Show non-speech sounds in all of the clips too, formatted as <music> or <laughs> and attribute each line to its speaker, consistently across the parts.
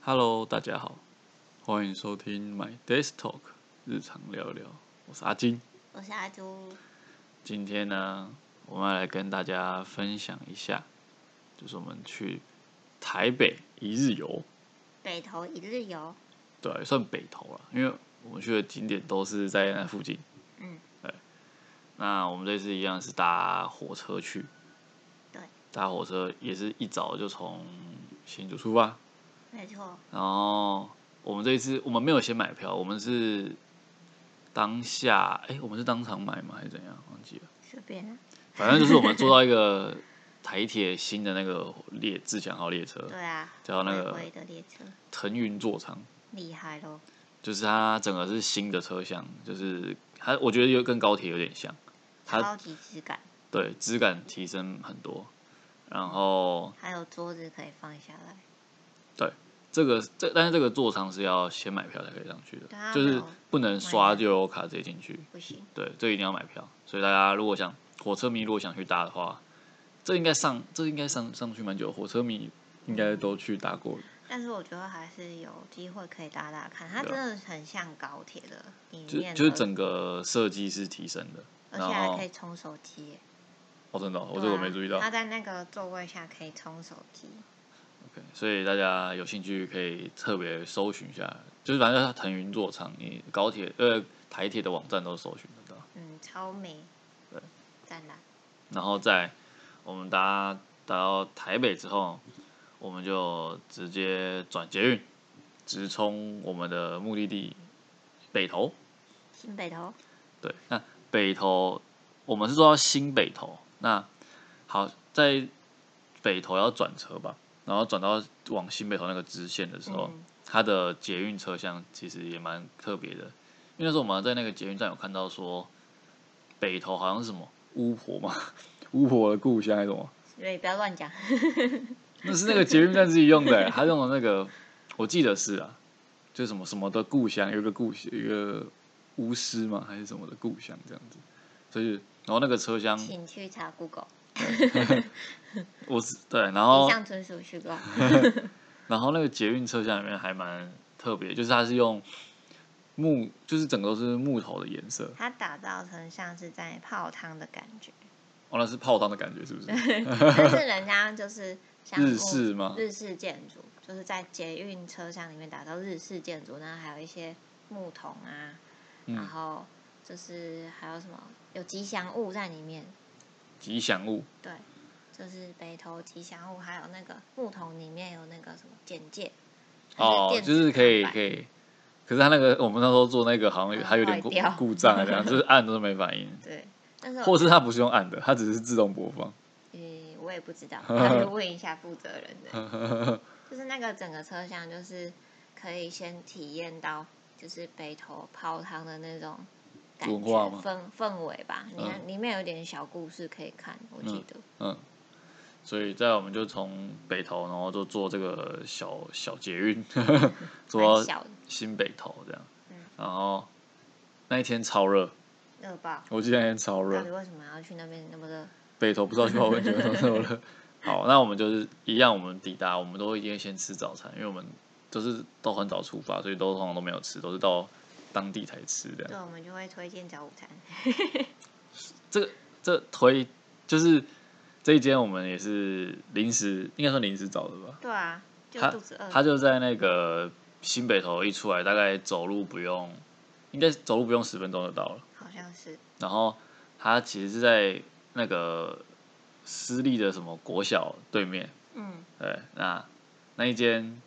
Speaker 1: Hello，大家好，欢迎收听 My Desk Talk 日常聊聊，我是阿金。
Speaker 2: 我是阿朱，
Speaker 1: 今天呢，我们要来跟大家分享一下，就是我们去台北一日游，
Speaker 2: 北投一日游，
Speaker 1: 对啊、也算北投了，因为我们去的景点都是在那附近。
Speaker 2: 嗯，
Speaker 1: 那我们这次一样是搭火车去，
Speaker 2: 对，
Speaker 1: 搭火车也是一早就从新竹出发，
Speaker 2: 没错，
Speaker 1: 然后我们这一次我们没有先买票，我们是当下，哎、我们是当场买吗？还是怎样？忘记了。
Speaker 2: 随便啊。
Speaker 1: 反正就是我们坐到一个台铁新的那个列自强号列车，
Speaker 2: 对啊，
Speaker 1: 叫那个
Speaker 2: 回归的列车
Speaker 1: 腾云座舱，
Speaker 2: 厉害咯，
Speaker 1: 就是它整个是新的车厢，就是它我觉得有跟高铁有点像，它
Speaker 2: 超级质感，
Speaker 1: 对质感提升很多。然后
Speaker 2: 还有桌子可以放下来。
Speaker 1: 这个这但是这个座舱是要先买票才可以上去
Speaker 2: 对啊
Speaker 1: 的，就是
Speaker 2: 有
Speaker 1: 不能刷就有卡直接进去。
Speaker 2: 不行，
Speaker 1: 对，这一定要买票。所以大家如果想火车迷，如果想去搭的话，这应该上这应该上上去蛮久，火车迷应该都去搭过了。
Speaker 2: 但是我觉得还是有机会可以搭搭看，它
Speaker 1: 对
Speaker 2: 真
Speaker 1: 啊
Speaker 2: 的很像高铁的里
Speaker 1: 就
Speaker 2: 面的，
Speaker 1: 就是整个设计是提升的，
Speaker 2: 而
Speaker 1: 然
Speaker 2: 且还
Speaker 1: 后
Speaker 2: 可以充手机耶。
Speaker 1: 哦，真的哦、我
Speaker 2: 对
Speaker 1: 这个我
Speaker 2: 啊
Speaker 1: 没注意到。
Speaker 2: 它在那个座位下可以充手机，
Speaker 1: OK，所以大家有兴趣可以特别搜寻一下，就是反正它腾云座舱，你高铁呃台铁的网站都搜寻得到。
Speaker 2: 嗯，超美。
Speaker 1: 对，
Speaker 2: 赞啦，
Speaker 1: 然后在我们搭搭到台北之后，我们就直接转捷运，直冲我们的目的地北投。
Speaker 2: 新北投
Speaker 1: 对，那北投我们是坐到新北投，那好在北投要转车吧，然后转到往新北投那个支线的时候，
Speaker 2: 嗯
Speaker 1: 它的捷运车厢其实也蛮特别的，因为那时候我们在那个捷运站有看到说北投好像是什么巫婆嘛， <laughs> 巫婆的故乡还是什么，
Speaker 2: 所以不要乱讲。
Speaker 1: 那是那个捷运站自己用的欸，他用的那个，我记得是啊，就什么什么的故乡，有一个故有一个巫师嘛，还是什么的故乡这样子，所以然后那个车厢，
Speaker 2: 请去查 Google，
Speaker 1: 我是对，然
Speaker 2: 以
Speaker 1: 后
Speaker 2: 上纯属虚构。
Speaker 1: 然后那个捷运车厢里面还蛮特别，就是它是用木，就是整个都是木头的颜色，
Speaker 2: 它打造成像是在泡汤的感
Speaker 1: <laughs>
Speaker 2: 觉，
Speaker 1: 哦，那是泡汤的感觉是不
Speaker 2: <laughs>
Speaker 1: 是？
Speaker 2: 但是人家就是像
Speaker 1: 日式吗？
Speaker 2: 日式建筑，就是在捷运车厢里面打造日式建筑，然后还有一些木桶啊，然
Speaker 1: 嗯，
Speaker 2: 后就是还有什么有吉祥物在里面，
Speaker 1: 吉祥物，
Speaker 2: 对，就是北投吉祥物，还有那个木桶里面有那个什么简介，
Speaker 1: 哦，
Speaker 2: 电子
Speaker 1: 就是可以
Speaker 2: 看板
Speaker 1: 可以，可是他那个我们那时候做那个好像有
Speaker 2: 嗯
Speaker 1: 还有点
Speaker 2: 坏
Speaker 1: 故
Speaker 2: 掉
Speaker 1: 故障啊，这样就是按都没
Speaker 2: <laughs>
Speaker 1: 反应，
Speaker 2: 对，但是
Speaker 1: 或
Speaker 2: 我
Speaker 1: 是它不是用按的，它只是自动播放。
Speaker 2: 呃我也
Speaker 1: <laughs>
Speaker 2: 不知道，要去问一下负责人的。就是那个整个车厢，就是可以先体验到就是北投泡汤的那种感
Speaker 1: 文化
Speaker 2: 觉
Speaker 1: 吗
Speaker 2: 氛氛围吧。你看、
Speaker 1: 嗯
Speaker 2: 里面有点小故事可以看，我记得、
Speaker 1: 嗯，所以在我们就从北投，然后就坐这个小小捷运， <laughs> 坐
Speaker 2: 蛮
Speaker 1: 到
Speaker 2: 小的
Speaker 1: 新北投这样
Speaker 2: 嗯。
Speaker 1: 然后那一天超热，
Speaker 2: 热爆。
Speaker 1: 我记得那天超
Speaker 2: 到
Speaker 1: 热
Speaker 2: 底，为什么要去那边那么热？
Speaker 1: 北投不知道去泡温泉超热。好，那我们就是一样，我们抵达，我们都一定会先吃早餐，因为我们就是都很早出发，所以都通常都没有吃，都是到当地才吃这样
Speaker 2: 对，。我们就会推荐早午餐。
Speaker 1: 这个这推就是这一间我们也是临时，应该算临时找的吧。
Speaker 2: 对啊，就
Speaker 1: 他
Speaker 2: 肚子饿。
Speaker 1: 他就在那个新北头一出来，大概走路不用，应该走路不用十分钟就到了。
Speaker 2: 好像是
Speaker 1: 然后他其实是在那个私立的什么国小对面，
Speaker 2: 嗯，
Speaker 1: 对，那那一间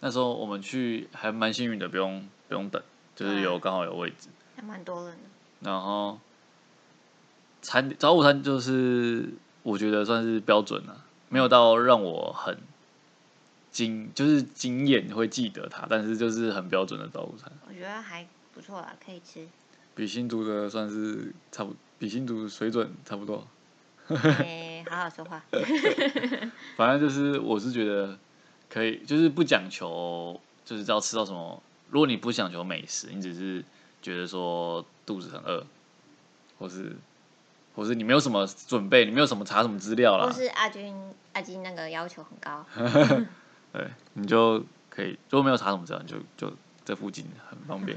Speaker 1: 那时候我们去还蛮幸运的，不用不用等，就是有刚好有位置。
Speaker 2: 还蛮多人的。
Speaker 1: 然后餐早午餐就是我觉得算是标准了、没有到让我很惊，就是惊艳会记得它，但是就是很标准的早午餐，
Speaker 2: 我觉得还不错啊，可
Speaker 1: <laughs>
Speaker 2: 以吃。
Speaker 1: 比新竹的算是差不，比新竹水准差不多。
Speaker 2: 哎、好好说话。
Speaker 1: 反正就是我是觉得可以，就是不讲求就是要吃到什么，如果你不讲求美食，你只是觉得说肚子很饿，或是。或是你没有什么准备，你没有什么查什么资料啦，
Speaker 2: 或是阿军阿金那个要求很高，
Speaker 1: 对，你就可以，如果没有查什么资料，你就就这附近很方便。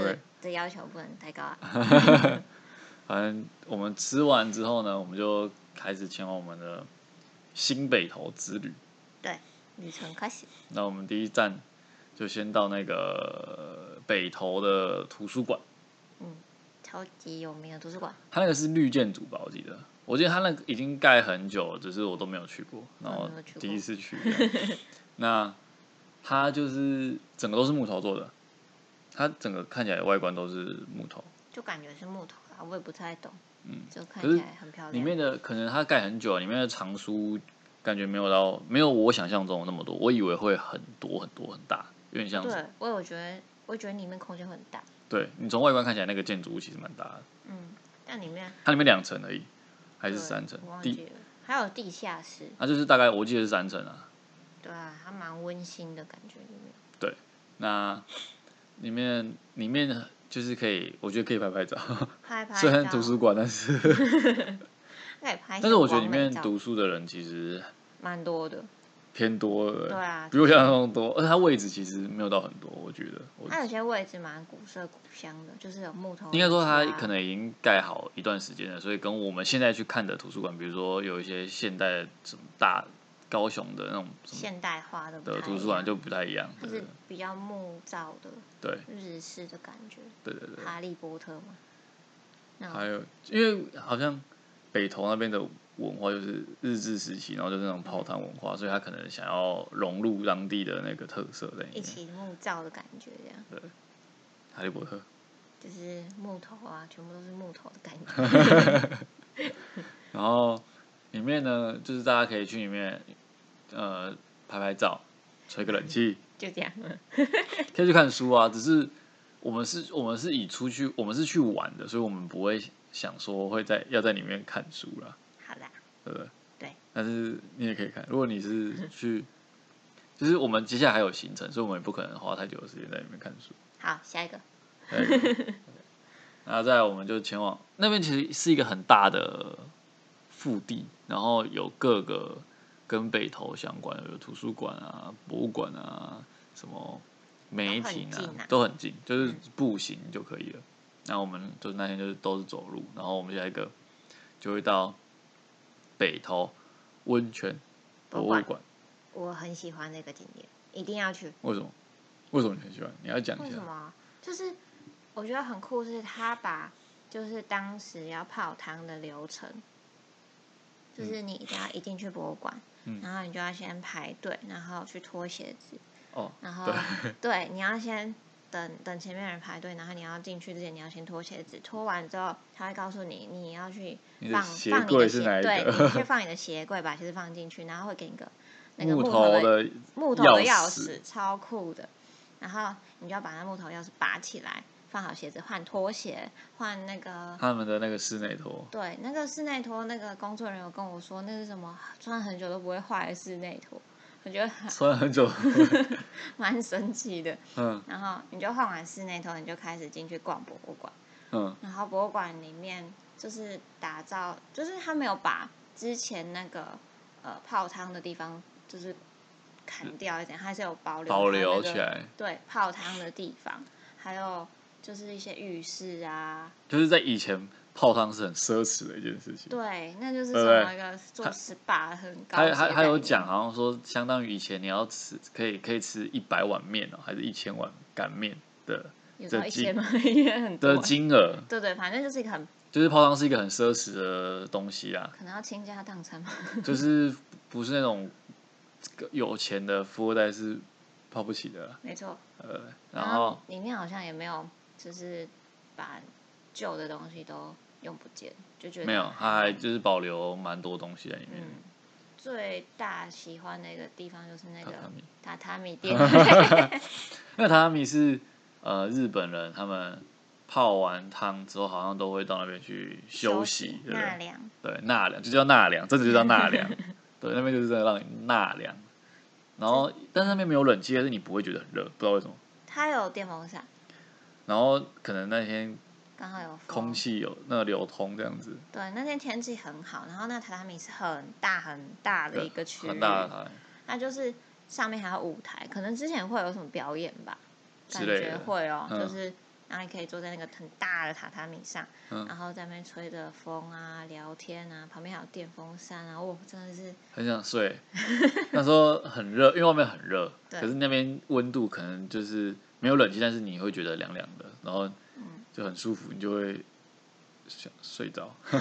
Speaker 1: <laughs> OK，
Speaker 2: 这要求不能太高
Speaker 1: <laughs>
Speaker 2: 啊。
Speaker 1: 反正我们吃完之后呢，我们就开始前往我们的新北投之旅。
Speaker 2: 旅程开始，
Speaker 1: 那我们第一站就先到那个呃北投的图书馆，
Speaker 2: 嗯，超级有名的图书馆，
Speaker 1: 它那个是绿建筑吧？我记得，我记得它那个已经盖很久了，只是我都没有去过，然
Speaker 2: 我
Speaker 1: 后
Speaker 2: 也没有去过
Speaker 1: 第一次去这
Speaker 2: <laughs>
Speaker 1: 样。那它就是整个都是木头做的，它整个看起来外观都是木头，
Speaker 2: 就感觉是木头啊，我也不太懂，
Speaker 1: 嗯，
Speaker 2: 就看
Speaker 1: 可是
Speaker 2: 起来很漂亮。
Speaker 1: 里面的可能它盖很久，里面的藏书感觉没有到没有我想象中的那么多，我以为会很多很多很大，有点像是
Speaker 2: 对，我有觉得，我觉得里面空间很大，
Speaker 1: 对你从外观看起来那个建筑物其实蛮大的。
Speaker 2: 嗯，但里面
Speaker 1: 它里面两层而已，还是
Speaker 2: 对
Speaker 1: 三层
Speaker 2: 我？忘
Speaker 1: 地，
Speaker 2: 记了，还有地下室，
Speaker 1: 那就是大概我记得是三层啊。
Speaker 2: 对啊，还蛮温馨的感觉里面。
Speaker 1: 那里面里面就是可以，我觉得可以拍拍照。
Speaker 2: 拍拍照，
Speaker 1: 虽然图书馆，但
Speaker 2: <laughs>
Speaker 1: 是
Speaker 2: 可以拍一
Speaker 1: 但
Speaker 2: 些
Speaker 1: 是我觉得里
Speaker 2: 完美
Speaker 1: 面
Speaker 2: 照
Speaker 1: 读书的人其实
Speaker 2: 蛮多的，
Speaker 1: 偏多了，
Speaker 2: 对啊，
Speaker 1: 比我想象中多。而且它位置其实没有到很多，我觉得。我
Speaker 2: 它有些位置蛮古色古香的，就是有木头椅子啊。
Speaker 1: 应该说它可能已经盖好一段时间了，所以跟我们现在去看的图书馆，比如说有一些现代的什么大高雄的那种什么
Speaker 2: 现代化的
Speaker 1: 的图书馆就不太一样。
Speaker 2: 它
Speaker 1: 对
Speaker 2: 是比较木造的
Speaker 1: 对
Speaker 2: 日式的感觉，
Speaker 1: 对对对。
Speaker 2: 哈利波特嘛。那
Speaker 1: 还
Speaker 2: 种
Speaker 1: 有，因为好像北投那边的文化就是日治时期，然后就是那种泡汤文化，所以他可能想要融入当地的那个特色在里
Speaker 2: 一
Speaker 1: 面。
Speaker 2: 起木造的感觉，这样
Speaker 1: 哈利波特，
Speaker 2: 就是木头啊，全部都是木头的感觉。
Speaker 1: <laughs> 然后里面呢，就是大家可以去里面呃拍拍照，吹个冷气，
Speaker 2: 就这样，嗯
Speaker 1: 可以去看书啊。只是我们是，我们是以出去，我们是去玩的，所以我们不会想说会在要在里面看书啦。
Speaker 2: 好啦，
Speaker 1: 对不对？
Speaker 2: 对。
Speaker 1: 但是你也可以看，如果你是去，就是我们接下来还有行程，所以我们也不可能花太久的时间在里面看书。
Speaker 2: 好，下一个
Speaker 1: 还有一个那再来我们就前往那边，其实是一个很大的腹地，然后有各个跟北投相关的，有图书馆啊、博物馆啊、什么媒体
Speaker 2: 都很近啊
Speaker 1: 都很近，就是
Speaker 2: 嗯
Speaker 1: 步行就可以了。那我们就是那天就是都是走路，然后我们下一个就会到北投温泉博
Speaker 2: 博物
Speaker 1: 物
Speaker 2: 馆
Speaker 1: 馆。
Speaker 2: 我很喜欢这个景点，一定要去。
Speaker 1: 为什么？为什么你很喜欢？你要讲
Speaker 2: 为
Speaker 1: 一下
Speaker 2: 什。么？就是我觉得很酷，是他把就是当时要泡汤的流程，就是你一定要一进去博物馆，
Speaker 1: 嗯
Speaker 2: 然后你就要先排队，然后去脱鞋子，
Speaker 1: 哦，
Speaker 2: 然后
Speaker 1: 对，
Speaker 2: 对，你要先等等前面人排队，然后你要进去之前你要先脱鞋子，脱完之后他会告诉你你要去
Speaker 1: 你的
Speaker 2: 放
Speaker 1: 鞋
Speaker 2: 放你
Speaker 1: 柜
Speaker 2: 的
Speaker 1: 是
Speaker 2: 鞋，
Speaker 1: 哪一
Speaker 2: 对，你
Speaker 1: 个？ <laughs>
Speaker 2: 去放你的鞋柜，把鞋子放进去，然后会给你个那个
Speaker 1: 木
Speaker 2: 头
Speaker 1: 头的
Speaker 2: 木头的
Speaker 1: 钥
Speaker 2: 钥
Speaker 1: 匙
Speaker 2: 匙，超酷的。然后你就要把那木头钥匙拔起来，放好鞋子，换拖鞋，换那个
Speaker 1: 他们的那个室内拖，
Speaker 2: 对那个室内拖。那个工作人员有跟我说，那是什么穿很久都不会坏的室内拖，我觉得还
Speaker 1: 穿很久， <laughs>
Speaker 2: <laughs> 蛮神奇的。
Speaker 1: 嗯
Speaker 2: 然后你就换完室内拖，你就开始进去逛博物馆。
Speaker 1: 嗯，
Speaker 2: 然后博物馆里面就是打造，就是他没有把之前那个呃泡汤的地方就是砍掉一点，还是有保留
Speaker 1: 保
Speaker 2: 它
Speaker 1: 留
Speaker 2: 那个
Speaker 1: 起来，
Speaker 2: 对泡汤的地方，还有就是一些浴室啊，
Speaker 1: 就是在以前泡汤是很奢侈的一件事情。
Speaker 2: 对，那就是
Speaker 1: 对
Speaker 2: 什
Speaker 1: 不对
Speaker 2: 么一个做
Speaker 1: 他
Speaker 2: SPA 很高级
Speaker 1: 还
Speaker 2: 的
Speaker 1: 还
Speaker 2: 概
Speaker 1: 还有
Speaker 2: 念
Speaker 1: 讲，好像说相当于以前你要吃，可以可以吃一百碗面哦，还是一千碗擀面的
Speaker 2: 有时候
Speaker 1: 的
Speaker 2: 一
Speaker 1: 金
Speaker 2: 千嘛 <laughs> 也很多
Speaker 1: 的，金额，
Speaker 2: 对对，反正就是一个很
Speaker 1: 就是泡汤是一个很奢侈的东西啦，
Speaker 2: 可能要倾家荡产嘛，
Speaker 1: <laughs>
Speaker 2: <laughs>
Speaker 1: 就是不是那种有钱的富二代是泡不起的啦，
Speaker 2: 没错。
Speaker 1: 呃，然后
Speaker 2: 里面好像也没有就是把旧的东西都用不见，就觉得
Speaker 1: 没有，它还就是保留蛮多东西在里面
Speaker 2: 嗯。最大喜欢的一个地方就是那
Speaker 1: 榻
Speaker 2: 个
Speaker 1: 榻米
Speaker 2: 榻榻米店，
Speaker 1: <laughs>
Speaker 2: <laughs>
Speaker 1: 那榻榻米是呃日本人他们泡完汤之后，好像都会到那边去休息，对不
Speaker 2: 纳
Speaker 1: 对？
Speaker 2: 凉，
Speaker 1: 对，纳凉就叫纳凉，真的就叫纳
Speaker 2: <laughs>
Speaker 1: 凉。对，那边就是真的让你纳凉。然后，但是那边没有冷气，但是你不会觉得很热，不知道为什么。
Speaker 2: 它有电风扇，
Speaker 1: 然后可能那天
Speaker 2: 刚好有风
Speaker 1: 空气有那个流通这样子，
Speaker 2: 对，那天天气很好，然后那榻榻米是很大很大的
Speaker 1: 对
Speaker 2: 一个区域，
Speaker 1: 很大的台，
Speaker 2: 它就是上面还有舞台，可能之前会有什么表演吧，
Speaker 1: 之
Speaker 2: 感
Speaker 1: 类
Speaker 2: 觉
Speaker 1: 的
Speaker 2: 会哦，
Speaker 1: 嗯
Speaker 2: 就是然后你可以坐在那个很大的榻榻米上，
Speaker 1: 嗯
Speaker 2: 然后在那边吹着风啊、聊天啊，旁边还有电风扇啊，哇，真的是
Speaker 1: 很想
Speaker 2: <laughs>
Speaker 1: 睡。那时候很热，因为外面很热，
Speaker 2: 对
Speaker 1: 可是那边温度可能就是没有冷气，但是你会觉得凉凉的，然后
Speaker 2: 嗯
Speaker 1: 就很舒服，你就会想睡着。
Speaker 2: 我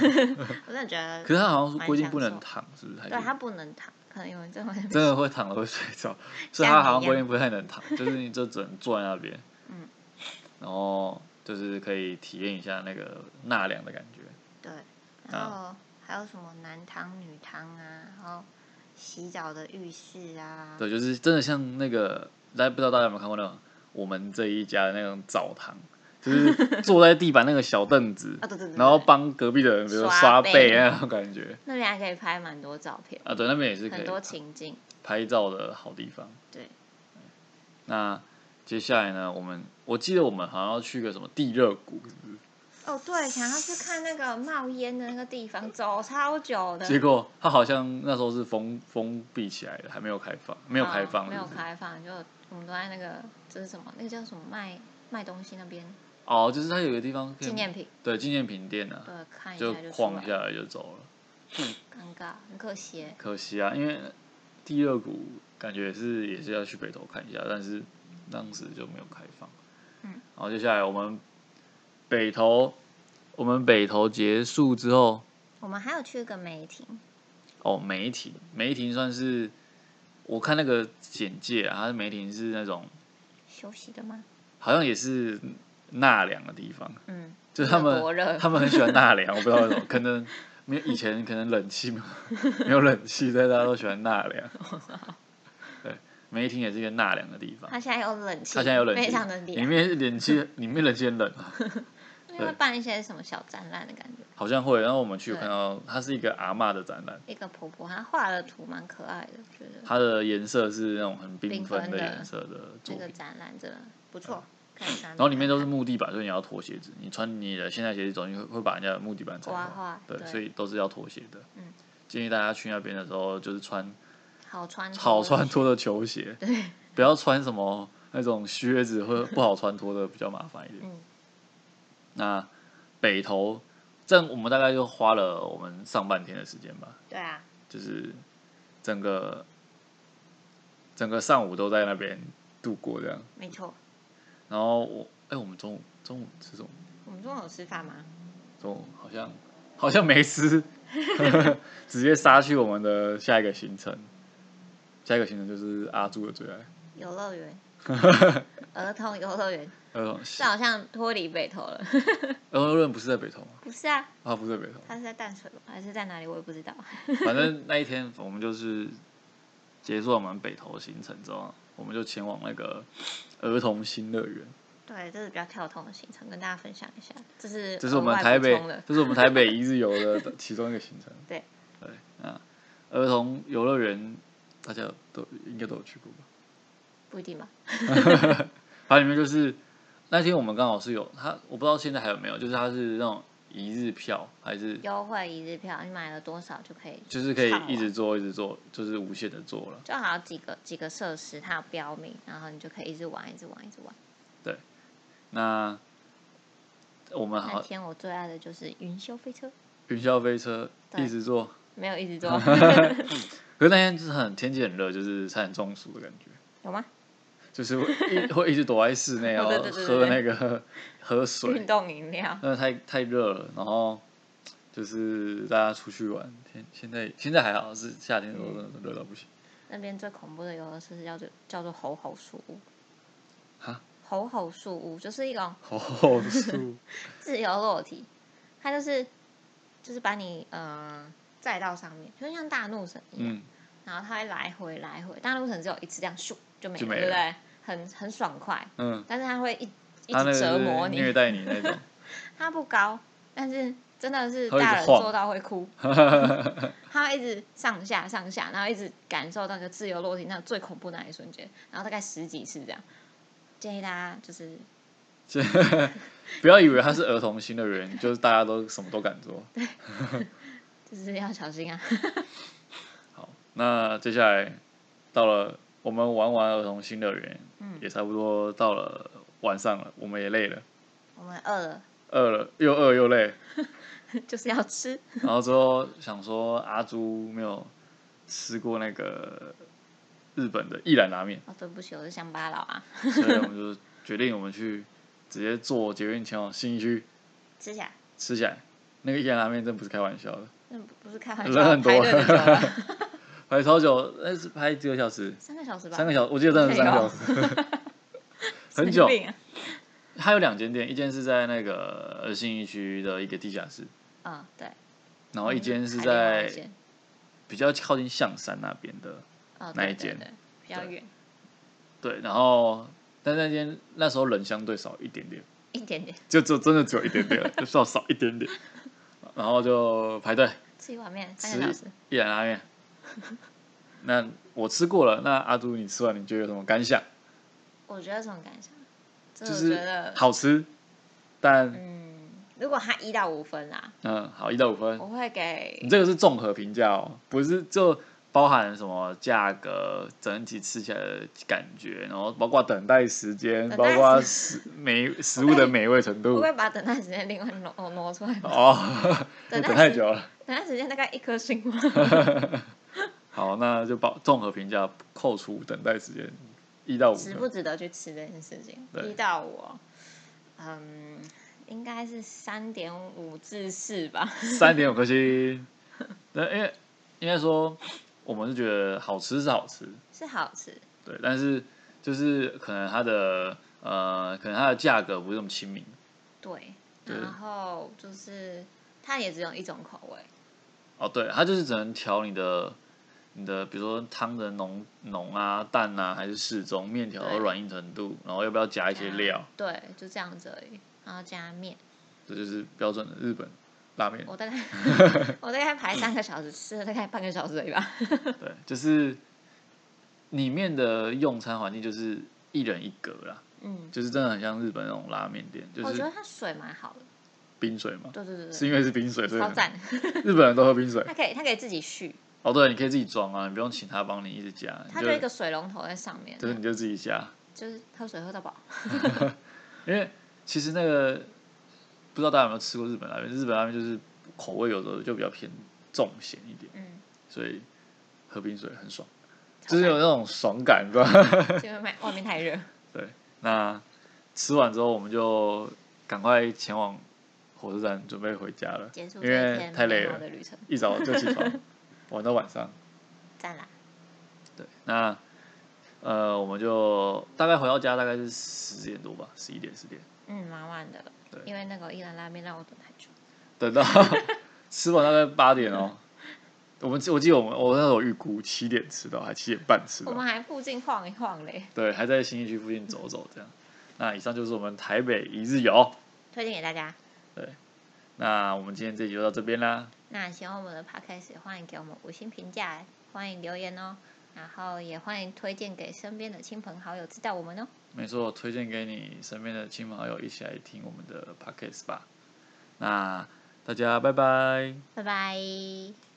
Speaker 2: 真的觉得，
Speaker 1: 可是它好像是
Speaker 2: 蛮
Speaker 1: 规定
Speaker 2: 享
Speaker 1: 不能
Speaker 2: 受
Speaker 1: 躺，是不是？还
Speaker 2: 呃对
Speaker 1: 是
Speaker 2: 他不能躺，可能有人这么
Speaker 1: 真的会躺了会睡
Speaker 2: <laughs>
Speaker 1: 着，所以
Speaker 2: 像
Speaker 1: 他
Speaker 2: 你
Speaker 1: 好像
Speaker 2: 一
Speaker 1: 规
Speaker 2: 样
Speaker 1: 定不太能躺，就是你就只能坐在那边，
Speaker 2: 嗯，
Speaker 1: 然后就是可以体验一下那个纳凉的感觉，
Speaker 2: 对，然
Speaker 1: 啊
Speaker 2: 后还有什么男汤、女汤啊，然后洗澡的浴室啊，
Speaker 1: 对，就是真的像那个，大家不知道大家有没有看过那种我们这一家的那种澡堂，就是坐在地板那个小凳子
Speaker 2: <laughs> 啊，，对对对，
Speaker 1: 然后
Speaker 2: 对
Speaker 1: 帮隔壁的人比如说
Speaker 2: 刷
Speaker 1: 刷
Speaker 2: 背
Speaker 1: 背啊那种感觉
Speaker 2: 那边还可以拍蛮多照片，
Speaker 1: 啊，对，那边也是可
Speaker 2: 很
Speaker 1: 以
Speaker 2: 多情境，
Speaker 1: 拍照的好地方。
Speaker 2: 对，
Speaker 1: 那接下来呢，我们我记得我们好像要去个什么地热谷，是不是？
Speaker 2: 哦对，想要去看那个冒烟的那个地方，走超久的，
Speaker 1: 结果它好像那时候是封封闭起来的，还没有开放，没
Speaker 2: 没
Speaker 1: 有开放，
Speaker 2: 哦没
Speaker 1: 是
Speaker 2: 有
Speaker 1: 不是
Speaker 2: 开放，就我们都在那个这是什么？那个叫什么卖卖东西那边
Speaker 1: 哦，就是它有个地方可以
Speaker 2: 纪念品，
Speaker 1: 对纪念品店啊，
Speaker 2: 对，呃看一
Speaker 1: 就
Speaker 2: 下就出
Speaker 1: 晃
Speaker 2: 来
Speaker 1: 下，来就走了，
Speaker 2: 尴尬，很可惜耶。
Speaker 1: 可惜啊，因为第二股感觉也是也是要去北投看一下，但是当时就没有开放。
Speaker 2: 嗯，
Speaker 1: 然后接下来我们北投，我们北投结束之后，
Speaker 2: 我们还有去一个梅亭，
Speaker 1: 哦，梅亭，梅亭算是我看那个简介啊，它梅亭是那种
Speaker 2: 休息的吗？
Speaker 1: 好像也是纳凉的地方。
Speaker 2: 嗯，
Speaker 1: 就是他们
Speaker 2: 国热
Speaker 1: 他们很喜欢纳凉，我不知道为什么，可能没有以前可能冷气没有没有冷气，所以大家都喜欢纳凉。对，梅亭也是一个纳凉的地方，
Speaker 2: 它现在有冷气，
Speaker 1: 啊它现在有冷气，
Speaker 2: 非常的
Speaker 1: 里
Speaker 2: 凉，
Speaker 1: 面冷气里面冷气很冷啊，
Speaker 2: 因为会办一些什么小展览的感觉。
Speaker 1: 好像会。然后我们去有
Speaker 2: 对
Speaker 1: 看到，它是一个阿嬷的展览，
Speaker 2: 一个婆婆她画的图蛮可爱的，觉得
Speaker 1: 它的颜色是那种很缤
Speaker 2: 缤
Speaker 1: 纷
Speaker 2: 纷
Speaker 1: 的
Speaker 2: 的
Speaker 1: 颜色的作
Speaker 2: 这
Speaker 1: 品
Speaker 2: 个。展啊览真的不错，可以看。然
Speaker 1: 啊然后里面都是木地板，所以你要脱鞋子。你穿你的现代鞋子走进去，会会把人家的木地板踩
Speaker 2: 刮
Speaker 1: 坏。
Speaker 2: 画，
Speaker 1: 对，所以都是要脱鞋的。
Speaker 2: 嗯，
Speaker 1: 建议大家去那边的时候，就是穿
Speaker 2: 好穿
Speaker 1: 好穿
Speaker 2: 脱
Speaker 1: 脱的球鞋，
Speaker 2: 对，
Speaker 1: 不要穿什么那种靴子或者不好穿脱的，比较麻烦一点。
Speaker 2: 嗯，
Speaker 1: 那北投，这样我们大概就花了我们上半天的时间吧，
Speaker 2: 对啊，
Speaker 1: 就是整个整个上午都在那边度过这样。
Speaker 2: 没错。
Speaker 1: 然后我，哎、我们中午中午吃什么？
Speaker 2: 我们中午有吃饭吗？
Speaker 1: 中午好像好像没吃， <laughs> 直接杀去我们的下一个行程。下一个行程就是阿朱的最爱，
Speaker 2: 游
Speaker 1: <laughs>
Speaker 2: 乐园，儿童游乐园，
Speaker 1: 呃，
Speaker 2: 这好像脱离北投了。
Speaker 1: 游乐园不是在北投吗？
Speaker 2: 不是啊，
Speaker 1: 啊，不是在北投，
Speaker 2: 它是在淡水吧，还是在哪里？我也不知道。
Speaker 1: 反正那一天我们就是结束我们北投行程之后，啊我们就前往那个儿童新乐园，
Speaker 2: 对，这是比较跳痛的行程，跟大家分享一下。这是
Speaker 1: 这是我
Speaker 2: 额
Speaker 1: 们
Speaker 2: 外
Speaker 1: 台
Speaker 2: 补
Speaker 1: 北
Speaker 2: 充的，
Speaker 1: 这是我们台北一日游的其中一个行程。
Speaker 2: 对
Speaker 1: 对，啊，儿童游乐园大家都应该都有去过吧？
Speaker 2: 不一定吧？
Speaker 1: 它里面就是那天我们刚好是有它，我不知道现在还有没有，就是它是那种一日票还是
Speaker 2: 优惠一日票，你买了多少就可以
Speaker 1: 就是可以
Speaker 2: 畅玩
Speaker 1: 一直做一直做，就是无限的做了。
Speaker 2: 就好像几个几个设施，它有标明，然后你就可以一直玩，一直玩，一直玩。
Speaker 1: 那我们
Speaker 2: 那
Speaker 1: 好
Speaker 2: 天我最爱的就是云霄飞车，
Speaker 1: 云霄飞车
Speaker 2: 对
Speaker 1: 一直做，
Speaker 2: 没有一
Speaker 1: <laughs>
Speaker 2: 直坐，
Speaker 1: 可是那天就是很天气很热，就是差点中暑的感觉，
Speaker 2: 有吗？
Speaker 1: 就是会一 <laughs> 会一直躲在室
Speaker 2: <laughs>
Speaker 1: 内，然后
Speaker 2: 哦对对对对嗯
Speaker 1: 喝那个喝水
Speaker 2: 运，动饮料，
Speaker 1: 那太太热了，然后。就是大家出去玩，天现在现在还好，是夏天的时候真的
Speaker 2: 嗯
Speaker 1: 热到不行。 <laughs>
Speaker 2: 那边最恐怖的游乐设施叫做叫做吼吼树屋。
Speaker 1: 哈？
Speaker 2: 吼吼树屋就是一种
Speaker 1: 好暑，
Speaker 2: 自由落体，它就是就是把你呃载到上面，就像大怒神一样，
Speaker 1: 嗯，
Speaker 2: 然后它会来回来回，大怒神只有一次这样咻就没了，
Speaker 1: 就没
Speaker 2: 对不
Speaker 1: 了
Speaker 2: 对？很很爽快，
Speaker 1: 嗯，
Speaker 2: 但是它会一一
Speaker 1: 他那个
Speaker 2: 直折
Speaker 1: 是
Speaker 2: 磨你，
Speaker 1: 虐待你那种。
Speaker 2: 它不高，但是真的是
Speaker 1: 它会一直
Speaker 2: 大人
Speaker 1: 晃
Speaker 2: 做到会哭。它会一直上下上下，然后一直感受到那个自由落体那个最恐怖那一瞬间，然后大概十几次这样。建议大家就是
Speaker 1: <laughs> 就不要以为他是儿童新乐园，就是大家都什么都敢
Speaker 2: <laughs>
Speaker 1: 做。 <laughs>
Speaker 2: 就是要小心啊。
Speaker 1: 好，那接下来到了我们玩完儿童新乐园
Speaker 2: 嗯，
Speaker 1: 也差不多到了晚上了，我们也累了，
Speaker 2: 我们饿了
Speaker 1: 饿了又饿又累，
Speaker 2: 就是要吃，
Speaker 1: 然后之后想说阿朱没有吃过那个日本的一兰拉面，
Speaker 2: 哦，对不起，我是乡巴佬
Speaker 1: <laughs>
Speaker 2: 啊，
Speaker 1: 所以我们就决定我们去直接坐捷运前往信义区
Speaker 2: 吃起来，
Speaker 1: 吃起来。那个一兰拉面真不是开玩笑的，
Speaker 2: 那不不是
Speaker 1: <laughs>
Speaker 2: 开玩
Speaker 1: 人
Speaker 2: 笑，
Speaker 1: 很
Speaker 2: 排
Speaker 1: 多
Speaker 2: 队的
Speaker 1: <laughs>
Speaker 2: 久了，
Speaker 1: 排超久，那是排几个小时，
Speaker 2: 三个小时吧，
Speaker 1: 三个小时，我记得真的是三个小时。很久
Speaker 2: 神经病啊
Speaker 1: 它有两间店，一间是在那个呃信义区的一个地下室，
Speaker 2: 嗯，对，
Speaker 1: 然后一间是
Speaker 2: 嗯还另外一
Speaker 1: 在
Speaker 2: 间
Speaker 1: 比较靠近象山那边的，
Speaker 2: 哦
Speaker 1: 哪
Speaker 2: 对
Speaker 1: 一
Speaker 2: 对
Speaker 1: 间
Speaker 2: 对比较
Speaker 1: 对
Speaker 2: 远
Speaker 1: 对，然后但那间那时候人相对少一点点，
Speaker 2: 一点点，
Speaker 1: 就只有真的只有一点点，就少少一点点，然后就排队
Speaker 2: 吃一碗面三个小
Speaker 1: 吃
Speaker 2: 时，
Speaker 1: 一兰拉面。那我吃过了，那阿朱你吃完你觉得有什么感想？
Speaker 2: 我觉得什么感想？这
Speaker 1: 就
Speaker 2: 嗯我觉
Speaker 1: 是
Speaker 2: 得，
Speaker 1: 好吃，但
Speaker 2: 嗯，如果他一到五分啦，
Speaker 1: 嗯好一到五分，
Speaker 2: 我会给
Speaker 1: 你这个是综合评价哦，不是就包含什么价格、整体吃起来的感觉，然后包括等待时间，
Speaker 2: 等
Speaker 1: 包
Speaker 2: 待时
Speaker 1: 括食美食物的美味程
Speaker 2: 会不
Speaker 1: 度。
Speaker 2: 会把等待时间另外挪挪出来？
Speaker 1: <laughs> 哦，
Speaker 2: 等待时
Speaker 1: 等太久了。
Speaker 2: 等待时间大概一颗星
Speaker 1: <laughs>
Speaker 2: 吧。
Speaker 1: 好，那就把综合评价扣除等待时间一到五
Speaker 2: 值
Speaker 1: 分，
Speaker 2: 不值得去吃这件事情，
Speaker 1: 对
Speaker 2: 一到我，嗯，应该是三点五至四吧。
Speaker 1: 三点五颗星。那因为应该说，我们是觉得好吃是好吃，
Speaker 2: 是好吃，
Speaker 1: 对，但是就是可能它的呃，可能它的价格不是那么亲民，
Speaker 2: 对，
Speaker 1: 对
Speaker 2: 然后就是它也只有一种口味，
Speaker 1: 哦，对，它就是只能调你的你的，比如说汤的浓浓啊、淡啊，还是适中，面条的
Speaker 2: 对啊
Speaker 1: 软硬程度，然后要不要加一些料，
Speaker 2: 对，就这样子而已。然后加面，
Speaker 1: 这就是标准的日本拉面。
Speaker 2: <laughs> 我
Speaker 1: <laughs>
Speaker 2: 大概我大概排三个小时，吃了大概半个小时而已吧。
Speaker 1: 对，就是里面的用餐环境就是一人一格啦，
Speaker 2: 嗯，
Speaker 1: 就是真的很像日本那种拉面店，就
Speaker 2: 我觉得
Speaker 1: 是
Speaker 2: 它水蛮好的，
Speaker 1: 冰水嘛，
Speaker 2: 对对对
Speaker 1: 是
Speaker 2: 对
Speaker 1: 因为是冰水，所
Speaker 2: 对，
Speaker 1: 以
Speaker 2: 超赞。
Speaker 1: 日本人都喝冰水。
Speaker 2: 它可以它可以自己续，
Speaker 1: 哦，对，你可以自己装啊，你不用请他帮你一直加，你
Speaker 2: 它就一个水龙头在上面，
Speaker 1: 就是你就自己加。
Speaker 2: 就是喝水喝
Speaker 1: <laughs>
Speaker 2: 到饱。
Speaker 1: 因为其实那个不知道大家有没有吃过日本拉面，日本拉面就是口味有的就比较偏重咸一点，
Speaker 2: 嗯，
Speaker 1: 所以喝冰水很爽，
Speaker 2: 超
Speaker 1: 就是有那种爽感，你知道吗？
Speaker 2: 就因为外外面
Speaker 1: <laughs>
Speaker 2: 太热。
Speaker 1: 对，那吃完之后我们就赶快前往火车站准备回家了，
Speaker 2: 结束
Speaker 1: 因
Speaker 2: 这一
Speaker 1: 为
Speaker 2: 天
Speaker 1: 太累
Speaker 2: 美好
Speaker 1: 了
Speaker 2: 的，旅程，
Speaker 1: 一早就起床，玩到晚上。
Speaker 2: 赞啦！
Speaker 1: 对，那呃，我们就大概回到家大概是十点多吧，十一点十点。
Speaker 2: 嗯，蛮晚的
Speaker 1: 对，
Speaker 2: 因为那个伊兰拉面让我等太久。
Speaker 1: 等
Speaker 2: <laughs>
Speaker 1: 到吃完大概八点哦。我们我记得我们我那时候预估七点吃到，还七点半吃
Speaker 2: 我
Speaker 1: 到
Speaker 2: 们，还附近晃一晃
Speaker 1: <laughs>
Speaker 2: 嘞，
Speaker 1: 对，还在新义区附近走走这样。那以上就是我们台北一日游，
Speaker 2: 推荐给大家。
Speaker 1: 那我们今天这集就到这边啦，
Speaker 2: 那喜欢我们的 podcast，欢迎给我们五星评价，欢迎留言哦，然后也欢迎推荐给身边的亲朋好友知道我们哦。
Speaker 1: 没错，推荐给你身边的亲朋好友一起来听我们的 podcast 吧。那大家拜拜。
Speaker 2: 拜拜。